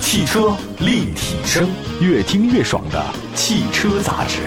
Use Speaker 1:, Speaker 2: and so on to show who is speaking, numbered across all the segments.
Speaker 1: 汽车立体声，越听越爽的汽车杂志。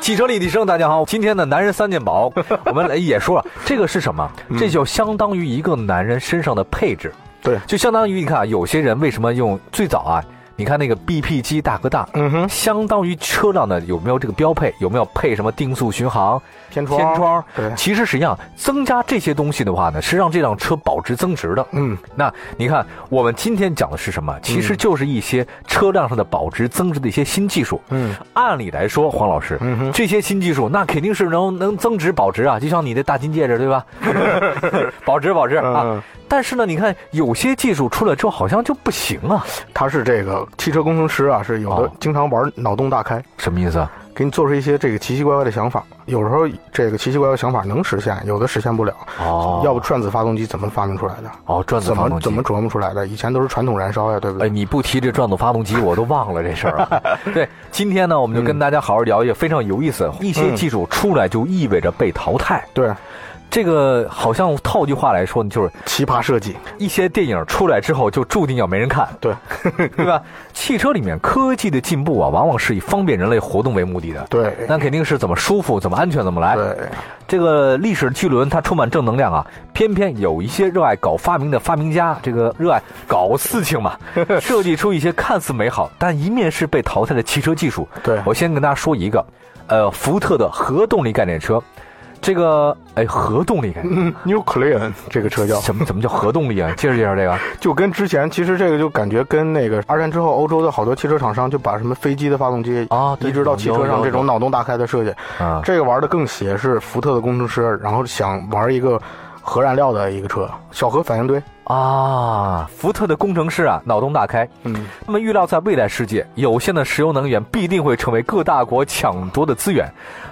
Speaker 2: 汽车立体声，大家好，今天的男人三件 宝，我们来也说了，这个是什么？这就相当于一个男人身上的配置，
Speaker 3: 嗯对
Speaker 2: 就相当于你看啊，有些人为什么用最早啊？你看那个 BP 机大哥大，
Speaker 3: 嗯哼，
Speaker 2: 相当于车辆的有没有这个标配？有没有配什么定速巡航、
Speaker 3: 天窗，
Speaker 2: 天窗？
Speaker 3: 对
Speaker 2: 其实实际上增加这些东西的话呢，是让这辆车保值增值的。
Speaker 3: 嗯，
Speaker 2: 那你看，我们今天讲的是什么？其实就是一些车辆上的保值增值的一些新技术。
Speaker 3: 嗯，
Speaker 2: 按理来说，黄老师，
Speaker 3: 嗯哼
Speaker 2: 这些新技术那肯定是能能增值保值啊，就像你的大金戒指 对吧？保值保值啊。
Speaker 3: 嗯
Speaker 2: 但是呢，你看有些技术出来之后好像就不行啊，
Speaker 3: 他是这个汽车工程师啊，是有的
Speaker 2: 哦，
Speaker 3: 经常玩脑洞大开，
Speaker 2: 什么意思啊？
Speaker 3: 给你做出一些这个奇奇怪怪的想法。有时候这个奇奇怪怪的想法能实现，有的实现不了。
Speaker 2: 哦
Speaker 3: 要不转子发动机怎么发明出来的？
Speaker 2: 哦，转子
Speaker 3: 怎
Speaker 2: 发动
Speaker 3: 么
Speaker 2: 机
Speaker 3: 怎么琢磨出来的？以前都是传统燃烧呀，对不
Speaker 2: 哎，
Speaker 3: 对？
Speaker 2: 你不提这转子发动机，我都忘了这事儿啊。对，今天呢，我们就跟大家好好聊一下，非常有意思。一些技术出来就意味着被淘汰，
Speaker 3: 对，
Speaker 2: 这个好像套句话来说呢，就是
Speaker 3: 奇葩设计，
Speaker 2: 一些电影出来之后就注定要没人看，
Speaker 3: 对
Speaker 2: 对吧？汽车里面科技的进步啊，往往是以方便人类活动为目的的。
Speaker 3: 对
Speaker 2: 那肯定是怎么舒服、怎么安全怎么来。
Speaker 3: 对，
Speaker 2: 这个历史巨轮它充满正能量啊，偏偏有一些热爱搞发明的发明家，这个热爱搞事情 嘛，设计出一些看似美好，但一面是被淘汰的汽车技术。
Speaker 3: 对
Speaker 2: 我先跟大家说一个，呃，福特的核动力概念车，这个哎，核动力概念。
Speaker 3: 嗯，New Clion 这个车叫，
Speaker 2: 什么怎么叫核动力 啊？介绍介绍这个。
Speaker 3: 就跟之前其实这个就感觉跟那个二战之后欧洲的好多汽车厂商就把什么飞机的发动机
Speaker 2: 啊对
Speaker 3: 移植到汽车
Speaker 2: 有有
Speaker 3: 上这
Speaker 2: 有
Speaker 3: 种脑洞大开的设计，
Speaker 2: 啊
Speaker 3: 这个玩的更邪是福特的工程师，然后想玩一个核燃料的一个车，小核反应堆。
Speaker 2: 啊！福特的工程师啊，脑洞大开。
Speaker 3: 嗯，
Speaker 2: 那么预料在未来世界，有限的石油能源必定会成为各大国抢夺的资源。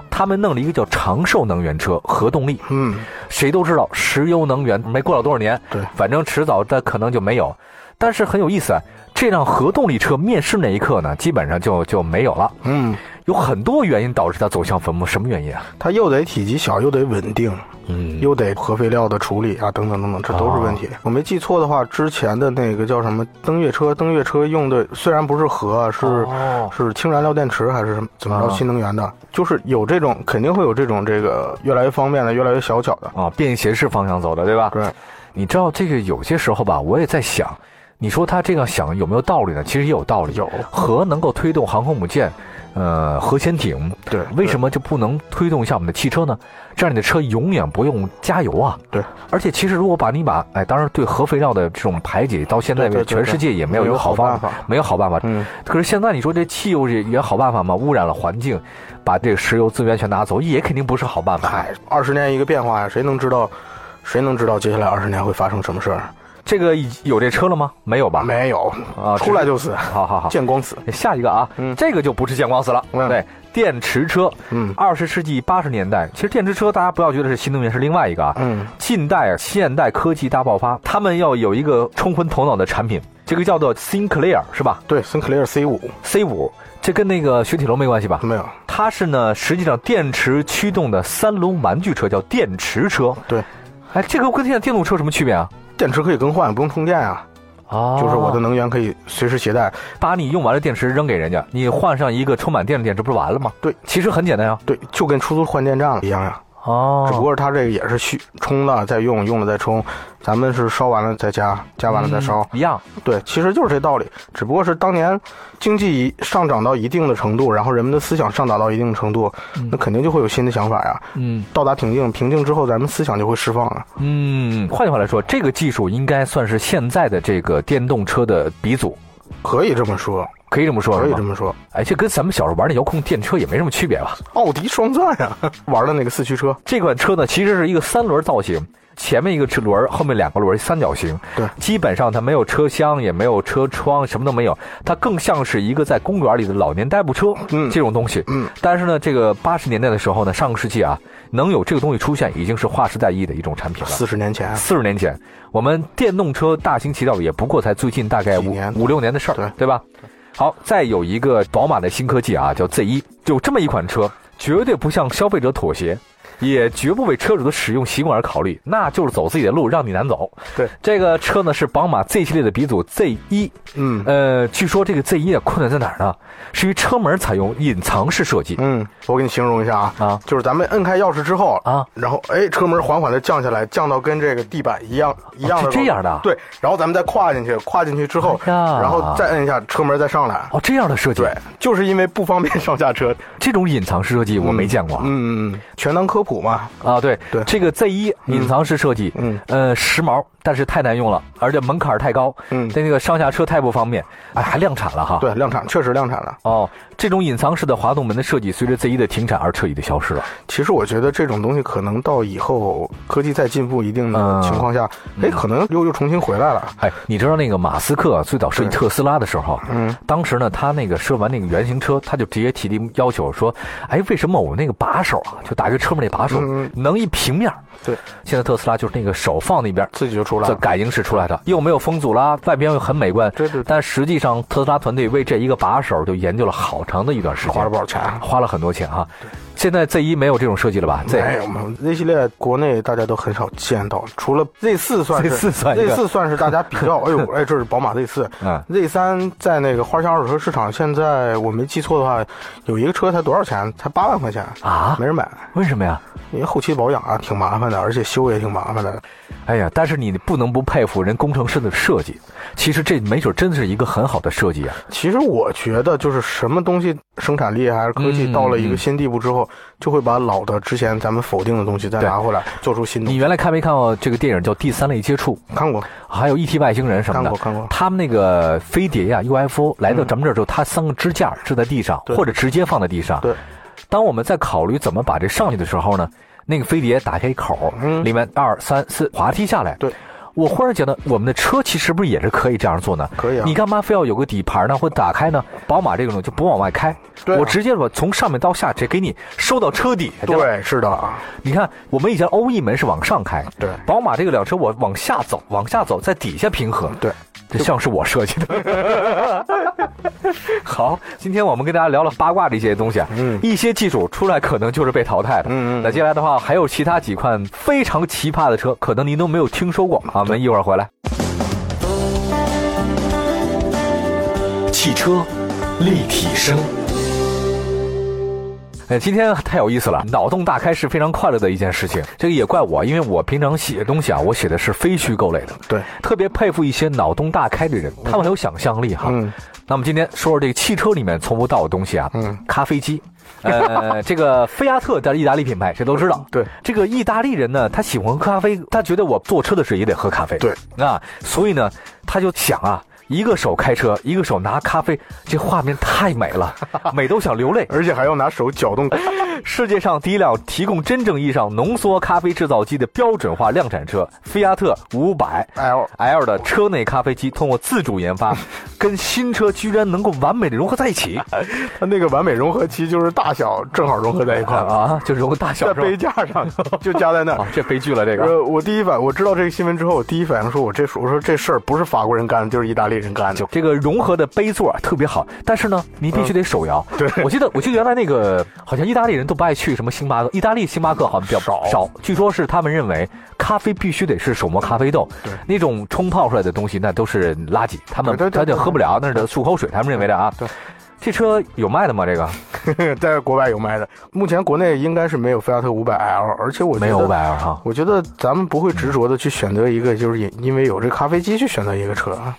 Speaker 2: 他们弄了一个叫长寿能源车，核动力。
Speaker 3: 嗯，
Speaker 2: 谁都知道，石油能源没过了多少年，
Speaker 3: 对
Speaker 2: 反正迟早它可能就没有。但是很有意思啊，这辆核动力车面世那一刻呢，基本上就就没有了。
Speaker 3: 嗯，
Speaker 2: 有很多原因导致它走向坟墓，什么原因啊？
Speaker 3: 它又得体积小，又得稳定，
Speaker 2: 嗯，
Speaker 3: 又得核废料的处理啊，等等等等，这都是问题。我没记错的话，之前的那个叫什么登月车，登月车用的虽然不是核啊，是、
Speaker 2: 哦
Speaker 3: 是氢燃料电池还是什么怎么着
Speaker 2: 啊
Speaker 3: 新能源的，就是有这种肯定会有这种这个越来越方便的，越来越小巧的。
Speaker 2: 啊，便携式方向走的，对吧？
Speaker 3: 对，
Speaker 2: 你知道这个有些时候吧，我也在想，你说他这样想有没有道理呢？其实也有道理。
Speaker 3: 有
Speaker 2: 核能够推动航空母舰，呃，核潜艇，
Speaker 3: 对，
Speaker 2: 为什
Speaker 3: 么？
Speaker 2: 么就不能推动一下我们的汽车呢？这样你的车永远不用加油啊！
Speaker 3: 对，
Speaker 2: 而且其实如果把你把哎，当然对核废料的这种排解，到现在
Speaker 3: 对
Speaker 2: 为
Speaker 3: 对
Speaker 2: 止，全
Speaker 3: 对
Speaker 2: 世界也没有一个
Speaker 3: 有好
Speaker 2: 好方
Speaker 3: 办法
Speaker 2: 没有好办法。
Speaker 3: 嗯，
Speaker 2: 可是现在你说这汽油也也好办法吗？污染了环境，把这个石油资源全拿走，也肯定不是好办法。
Speaker 3: 嗨，哎二十年一个变化呀，谁能知道？谁能知道接下来二十年会发生什么事儿？
Speaker 2: 这个已有这车了吗？没有吧？。
Speaker 3: 没有，
Speaker 2: 啊
Speaker 3: 出来就死，
Speaker 2: 好好好。
Speaker 3: 见光死。
Speaker 2: 下一个啊，
Speaker 3: 嗯
Speaker 2: 这个就不是见光死了。
Speaker 3: 嗯
Speaker 2: 对，电池车，
Speaker 3: 嗯
Speaker 2: 二十世纪八十年代，其实电池车大家不要觉得是新能源，是另外一个啊。
Speaker 3: 嗯，
Speaker 2: 近代啊，现代科技大爆发，他们要有一个冲昏头脑的产品，这个叫做 Sinclair 是吧
Speaker 3: 对，森克雷尔 C 五
Speaker 2: ？C 五，这跟那个雪铁龙没关系吧？
Speaker 3: 没有，
Speaker 2: 它是呢，实际上电池驱动的三轮玩具车，叫电池车。
Speaker 3: 对，
Speaker 2: 哎，这个跟现在电动车有什么区别啊？
Speaker 3: 电池可以更换，不用充电啊，
Speaker 2: 哦
Speaker 3: 就是我的能源可以随时携带。
Speaker 2: 把你用完的电池扔给人家，你换上一个充满电的电池，不是完了吗？
Speaker 3: 对，
Speaker 2: 其实很简单啊。
Speaker 3: 对，就跟出租换电站一样呀，
Speaker 2: 哦
Speaker 3: 只不过是它这个也是蓄充了再用，用了再充，咱们是烧完了再加，加完了再烧。
Speaker 2: 一样。
Speaker 3: 对，其实就是这道理，只不过是当年经济上涨到一定的程度，然后人们的思想上涨到一定程度，那肯定就会有新的想法呀。
Speaker 2: 嗯
Speaker 3: 到达瓶颈，瓶颈之后，咱们思想就会释放啊了。
Speaker 2: 嗯，换句话来说，这个技术应该算是现在的这个电动车的鼻祖，
Speaker 3: 可以这么说，
Speaker 2: 可以这么说，
Speaker 3: 可以
Speaker 2: 是吗
Speaker 3: 这么说。
Speaker 2: 哎，这跟咱们小时候玩的遥控电车也没什么区别吧？
Speaker 3: 奥迪双钻呀、 玩的那个四驱车，
Speaker 2: 这款车呢，其实是一个三轮造型，前面一个齿轮，后面两个轮，三角形。
Speaker 3: 对
Speaker 2: 基本上它没有车厢，也没有车窗，什么都没有，它更像是一个在公园里的老年代步车，
Speaker 3: 嗯
Speaker 2: 这种东西。
Speaker 3: 嗯，
Speaker 2: 但是呢，这个八十年代的时候呢，上个世纪啊，能有这个东西出现，已经是划时代意义的一种产品了。
Speaker 3: 四十年前，
Speaker 2: 啊
Speaker 3: 啊
Speaker 2: 四十年前，我们电动车大行其道也不过才最近大概
Speaker 3: 几
Speaker 2: 五
Speaker 3: 年
Speaker 2: 五六年的事儿，
Speaker 3: 对
Speaker 2: 吧？好，再有一个宝马的新科技啊，叫 Z 一，有这么一款车，绝对不向消费者妥协。也绝不为车主的使用习惯而考虑，那就是走自己的路，让你难走。
Speaker 3: 对，
Speaker 2: 这个车呢是宝马 Z 系列的鼻祖 Z 一，
Speaker 3: 嗯
Speaker 2: 呃，据说这个 Z 一的困难在哪儿呢？是于车门采用隐藏式设计，
Speaker 3: 嗯，我给你形容一下啊，
Speaker 2: 啊
Speaker 3: 就是咱们摁开钥匙之后
Speaker 2: 啊
Speaker 3: 然后哎，车门缓缓的降下来，降到跟这个地板一样一样的、
Speaker 2: 是这样的啊
Speaker 3: 对，然后咱们再跨进去，跨进去之后，
Speaker 2: 哎呀
Speaker 3: 然后再摁一下车门再上来，
Speaker 2: 哦，这样的设计，
Speaker 3: 对，就是因为不方便上下车，
Speaker 2: 这种隐藏式设计我没见过啊。
Speaker 3: 嗯，嗯嗯全当科普嘛，
Speaker 2: 啊，对，
Speaker 3: 对
Speaker 2: 这个 Z 一隐藏式设计，
Speaker 3: 嗯
Speaker 2: 呃，时髦，但是太难用了，而且门槛儿太高，
Speaker 3: 嗯
Speaker 2: 对那个上下车太不方便，哎，还量产了哈。，
Speaker 3: 对，量产确实量产了。
Speaker 2: 哦，这种隐藏式的滑动门的设计，随着 Z 一的停产而彻底的消失了。
Speaker 3: 其实我觉得这种东西可能到以后科技再进步一定的
Speaker 2: 嗯
Speaker 3: 情况下，哎、可能又又重新回来了。
Speaker 2: 哎，你知道那个马斯克最早设计
Speaker 3: 对
Speaker 2: 特斯拉的时候，
Speaker 3: 嗯，
Speaker 2: 当时呢，他那个设完那个原型车，他就直接提的要求说，哎，为什么我们那个把手啊，就打开车门那把手、
Speaker 3: 嗯
Speaker 2: 能一平面儿？
Speaker 3: 对，
Speaker 2: 现在特斯拉就是那个手放那边，
Speaker 3: 自己就出来
Speaker 2: 这
Speaker 3: 了。
Speaker 2: 感应是出来的，又没有风阻啦，外边又很美观。
Speaker 3: 对对对
Speaker 2: 但实际上，特斯拉团队为这一个把手就研究了好长的一段时间，
Speaker 3: 花了不少钱
Speaker 2: 花了很多钱啊。现在 Z 一没有这种设计了吧？Z
Speaker 3: 没有没有，Z 系列国内大家都很少见到，除了 Z 四算是
Speaker 2: Z4 算一个
Speaker 3: Z 四算是大家比 较，哎呦哎，这是宝马 Z 四、
Speaker 2: 嗯
Speaker 3: z 三在那个花乡二手车市场，现在我没记错的话，有一个车才多少钱？才八万块钱，
Speaker 2: 啊
Speaker 3: 没？人买，
Speaker 2: 为什么呀？
Speaker 3: 因为后期保养啊挺麻烦的，而且修也挺麻烦的。
Speaker 2: 哎呀，但是你不能不佩服人工程师的设计，其实这没准真是一个很好的设计啊。
Speaker 3: 其实我觉得，就是什么东西生产力还是科技
Speaker 2: 嗯
Speaker 3: 到了一个新地步之后，就会把老的之前咱们否定的东西再
Speaker 2: 对
Speaker 3: 拿回来，做出新
Speaker 2: 你
Speaker 3: 的。
Speaker 2: 原来看没看过这个电影叫《第三类接触
Speaker 3: 看过，》，
Speaker 2: 还有《E.T. 外星人》什么的？
Speaker 3: 看过看过
Speaker 2: 他们那个飞碟呀、UFO 来到咱们这儿之后，它三个支架支在地上，
Speaker 3: 对
Speaker 2: 或者直接放在地上。
Speaker 3: 对，
Speaker 2: 当我们在考虑怎么把这上去的时候呢，那个飞碟打开一口，
Speaker 3: 嗯
Speaker 2: 里面二三四滑梯下来。
Speaker 3: 对。
Speaker 2: 我忽然觉得，我们的车其实不是也是可以这样做呢？
Speaker 3: 可以啊
Speaker 2: 你干嘛非要有个底盘呢，或打开呢？宝马这种就不往外开，
Speaker 3: 对啊
Speaker 2: 我直接把从上面到下直接给你收到车底下。，
Speaker 3: 对，是的，啊
Speaker 2: 你看我们以前欧 E 门是往上开，
Speaker 3: 对
Speaker 2: 宝马这个两车我往下走，往下走，在底下平衡。
Speaker 3: 对。
Speaker 2: 这像是我设计的。 好，今天我们跟大家聊了八卦的一些东西啊，
Speaker 3: 嗯
Speaker 2: 一些技术出来可能就是被淘汰的。
Speaker 3: 嗯嗯嗯
Speaker 2: 那接下来的话，还有其他几款非常奇葩的车，可能您都没有听说过啊。我们一会儿回来。
Speaker 1: 汽车立体声，
Speaker 2: 哎，今天太有意思了，脑洞大开是非常快乐的一件事情。这个也怪我，因为我平常写东西啊，我写的是非虚构类的，
Speaker 3: 对，
Speaker 2: 特别佩服一些脑洞大开的人，他们很有想象力哈。
Speaker 3: 嗯
Speaker 2: 那么今天说说这个汽车里面从不到的东西啊，
Speaker 3: 嗯
Speaker 2: 咖啡机。呃， 这个菲亚特在意大利品牌，谁都知道。
Speaker 3: 对，
Speaker 2: 这个意大利人呢，他喜欢喝咖啡，他觉得我坐车的时候也得喝咖啡。
Speaker 3: 对，
Speaker 2: 啊，所以呢，他就想啊，一个手开车，一个手拿咖啡，这画面太美了， 美都想流泪。
Speaker 3: 而且还要拿手 搅动。
Speaker 2: 世界上第一辆提供真正意义上浓缩咖啡制造机的标准化量产车——菲亚特五百
Speaker 3: L
Speaker 2: L 的车内咖啡机，通过自主研 发，跟新车居然能够完美的融合在一起
Speaker 3: 它那个完美融合期就是大小正好融合在一块儿，
Speaker 2: 啊！就是融合大小
Speaker 3: 在
Speaker 2: 是吧
Speaker 3: 杯架 上就夹在那
Speaker 2: 啊
Speaker 3: 儿。，
Speaker 2: 这悲剧了这个。
Speaker 3: 呃，我第一反我知道这个新闻之后，我第一反应说，我这我说这事儿不是法国人干的，就是意大利人干的
Speaker 2: 就。这个融合的杯座啊特别好，但是呢，你必须得手摇。
Speaker 3: 对
Speaker 2: 我记得，我记得原来那个好像意大利人都不爱去什么星巴克，意大利星巴克好像比较
Speaker 3: 少
Speaker 2: 少。据说是他们认为咖啡必须得是手磨咖啡豆，
Speaker 3: 对
Speaker 2: 那种冲泡出来的东西那都是垃圾，他们
Speaker 3: 对对对
Speaker 2: 他就喝不了，那是漱口水，他们认为的啊。
Speaker 3: 对，
Speaker 2: 这车有卖的吗？这个
Speaker 3: 在国外有卖的，目前国内应该是没有菲亚特五百 L，而且我觉得
Speaker 2: 没有五百 L 哈。
Speaker 3: 我觉得咱们不会执着的去选择一个，就是因因为有这咖啡机去选择一个车。啊。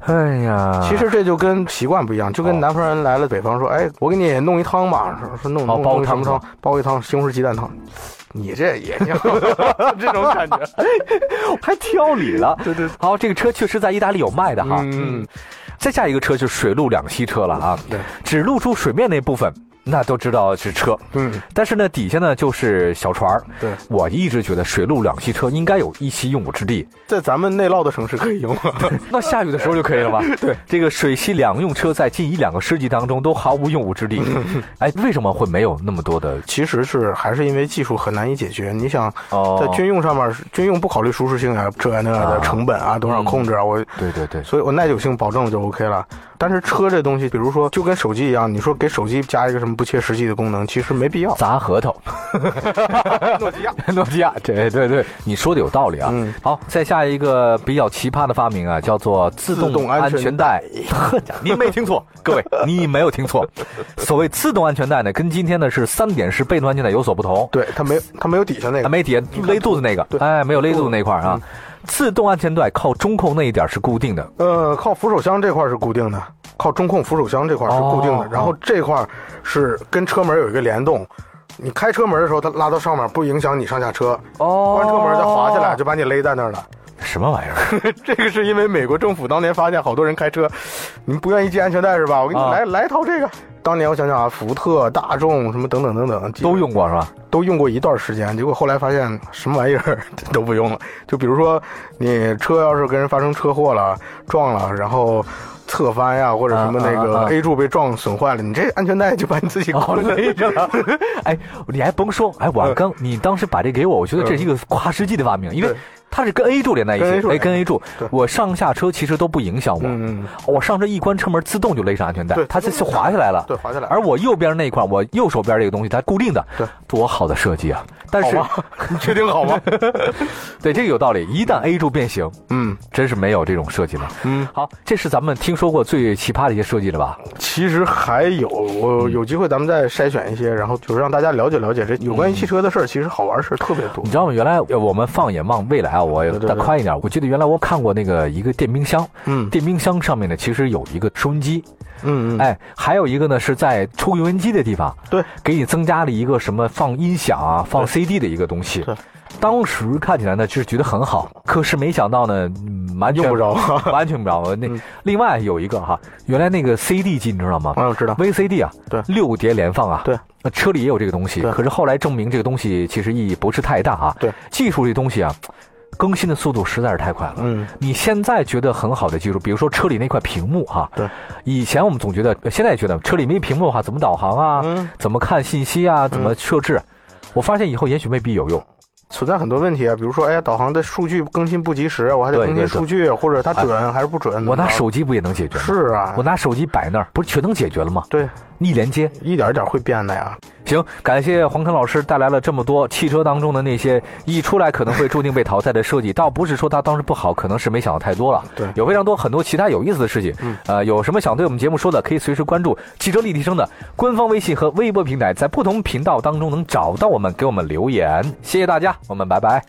Speaker 2: 哎呀，
Speaker 3: 其实这就跟习惯不一样，就
Speaker 2: 哦
Speaker 3: 跟南方人来了北方说，哎，我给你弄一汤吧，说说弄
Speaker 2: 哦
Speaker 3: 弄
Speaker 2: 煲
Speaker 3: 弄什
Speaker 2: 汤
Speaker 3: 么
Speaker 2: 是吧
Speaker 3: 汤，煲一汤西红柿鸡蛋 汤。你这也 行，这种感觉。
Speaker 2: 还挑理 了。
Speaker 3: 对对对
Speaker 2: 好，这个车确实在意大利有卖的哈。
Speaker 3: 嗯嗯，
Speaker 2: 再下一个车就是水陆两栖车了啊。
Speaker 3: 对，
Speaker 2: 只露出水面那部分，那都知道是车。
Speaker 3: 嗯，
Speaker 2: 但是呢，底下呢就是小船儿。
Speaker 3: 对
Speaker 2: 我一直觉得水陆两栖车应该有一席用武之地。
Speaker 3: 在咱们内涝的城市可以用。 啊
Speaker 2: 那下雨的时候就可以 了吧？
Speaker 3: 对，
Speaker 2: 这个水系两用车在近一两个世纪当中都毫无用武 之地。哎，为什么会没有那么多的？
Speaker 3: 其实是还是因为技术很难以解决。你想，
Speaker 2: 哦
Speaker 3: 在军用上面，军用不考虑舒适性啊，这那
Speaker 2: 啊
Speaker 3: 的成本啊，多少控制啊，我
Speaker 2: 对对对，
Speaker 3: 所以我耐久性保证了就 OK 了。但是车这东西，比如说就跟手机一样，你说给手机加一个什么不切实际的功能，其实没必要。
Speaker 2: 砸核桃。
Speaker 3: 诺基亚，
Speaker 2: 诺基亚，对对对，你说的有道理啊。
Speaker 3: 嗯
Speaker 2: 好，再下一个比较奇葩的发明啊，叫做自
Speaker 3: 自动
Speaker 2: 动
Speaker 3: 安
Speaker 2: 安
Speaker 3: 全
Speaker 2: 全带。呵家伙您没听错， 各位，你没有听错。所谓自动安全带呢，跟今天的是三点式被动安全带有所不同。
Speaker 3: 对，它没有它没有底下那
Speaker 2: 它
Speaker 3: 个，
Speaker 2: 没底下勒肚子那个
Speaker 3: 对，嗯
Speaker 2: 哎，没有勒肚子那块儿啊。自动安全带靠中控那一点儿是固定的，
Speaker 3: 呃，靠扶手箱这块是固定的，靠中控扶手箱这块是固定的，
Speaker 2: 哦
Speaker 3: 然后这块是跟车门有一个联动。你开车门的时候，它拉到上面，不影响你上下车。
Speaker 2: 哦
Speaker 3: 关车门再滑下来，就把你勒在那儿了。
Speaker 2: 什么玩意儿？
Speaker 3: 这个是因为美国政府当年发现好多人开车，你们不愿意系安全带是吧？我给你
Speaker 2: 啊
Speaker 3: 来、来一套这个。当年我想想啊，福特、大众什么等等等等，基本
Speaker 2: 都用过是吧？
Speaker 3: 都用过一段时间，结果后来发现什么玩意儿 都不用了。就比如说，你车要是跟人发生车祸了、撞了，然后侧翻呀，或者什么那
Speaker 2: 啊啊
Speaker 3: 个
Speaker 2: 啊
Speaker 3: A 柱被撞损坏了，你这安全带就把你自己
Speaker 2: 哦
Speaker 3: 搞，了。
Speaker 2: 勒着 了。哎，你还甭说，哎，我刚你当时把这给我，我觉得这是一个跨世纪的发明，因为
Speaker 3: 嗯对
Speaker 2: 它是跟 A 柱连在一
Speaker 3: 跟 A
Speaker 2: 起，
Speaker 3: 柱
Speaker 2: 哎，跟 A 柱
Speaker 3: 对，
Speaker 2: 我上下车其实都不影响我。
Speaker 3: 嗯嗯嗯
Speaker 2: 我上车一关车门，自动就勒上安全带
Speaker 3: 对，
Speaker 2: 它
Speaker 3: 自
Speaker 2: 就
Speaker 3: 动
Speaker 2: 就滑下来了。
Speaker 3: 对滑下来
Speaker 2: 而我右边那一块，我右手边这个东西，它固定的。
Speaker 3: 对，
Speaker 2: 多好的设计啊！但
Speaker 3: 好
Speaker 2: 是，
Speaker 3: 吗？ 你确定 好吗？
Speaker 2: 对这个有道理，一旦 A 柱变形，
Speaker 3: 嗯
Speaker 2: 真是没有这种设计了。
Speaker 3: 嗯，
Speaker 2: 好，这是咱们听说过最奇葩的一些设计了吧？
Speaker 3: 其实还有，
Speaker 2: 嗯
Speaker 3: 我有机会咱们再筛选一些，然后就是让大家了解了解这有关于汽车的事儿，其实好玩儿事儿特别多
Speaker 2: 你。知道吗？原来呃我们放眼望未来啊，我
Speaker 3: 对对
Speaker 2: 再宽一点，我记得原来我看过那个一个电冰箱，
Speaker 3: 嗯
Speaker 2: 电冰箱上面呢其实有一个收音机，
Speaker 3: 嗯嗯，
Speaker 2: 哎，还有一个呢是在抽油烟机的地方，
Speaker 3: 对，
Speaker 2: 给你增加了一个什么放音响啊、放 CD 的一个东西
Speaker 3: 对。
Speaker 2: 当时看起来呢，就是觉得很好，可是没想到呢，嗯完全
Speaker 3: 用不 着，
Speaker 2: 完全不着。那
Speaker 3: 嗯
Speaker 2: 另外有一个哈，原来那个 CD 机你知道吗？
Speaker 3: 啊，我知道，
Speaker 2: VCD 啊，
Speaker 3: 对
Speaker 2: 六碟连放啊，
Speaker 3: 对，
Speaker 2: 那车里也有这个东西
Speaker 3: 对，
Speaker 2: 可是后来证明这个东西其实意义不是太大啊。
Speaker 3: 对，
Speaker 2: 技术这东西啊，更新的速度实在是太快了。
Speaker 3: 嗯，
Speaker 2: 你现在觉得很好的技术，比如说车里那块屏幕哈、
Speaker 3: 对，
Speaker 2: 以前我们总觉得，呃现在也觉得车里没屏幕的话，怎么导航啊？
Speaker 3: 嗯
Speaker 2: 怎么看信息啊？怎么设置？我发现以后也许未必有用。
Speaker 3: 存在很多问题啊，比如说，哎呀，导航的数据更新不及时，啊我还得
Speaker 2: 对
Speaker 3: 更新
Speaker 2: 对对
Speaker 3: 数据，或者它准还是不准。
Speaker 2: 我拿
Speaker 3: 啊
Speaker 2: 手机不也能解决吗？
Speaker 3: 是啊，
Speaker 2: 我拿手机摆那儿，不是全能解决了吗？
Speaker 3: 对，
Speaker 2: 一连接，
Speaker 3: 一点一点会变的呀。
Speaker 2: 行，感谢黄腾老师带来了这么多汽车当中的那些一出来可能会注定被淘汰的设计，倒不是说他当时不好，可能是没想到太多了。
Speaker 3: 对
Speaker 2: 有非常多很多其他有意思的事情。嗯，呃，有什么想对我们节目说的，可以随时关注汽车立体声的官方微信和微博平台，在不同频道当中能找到我们，给我们留言。谢谢大家，我们拜拜。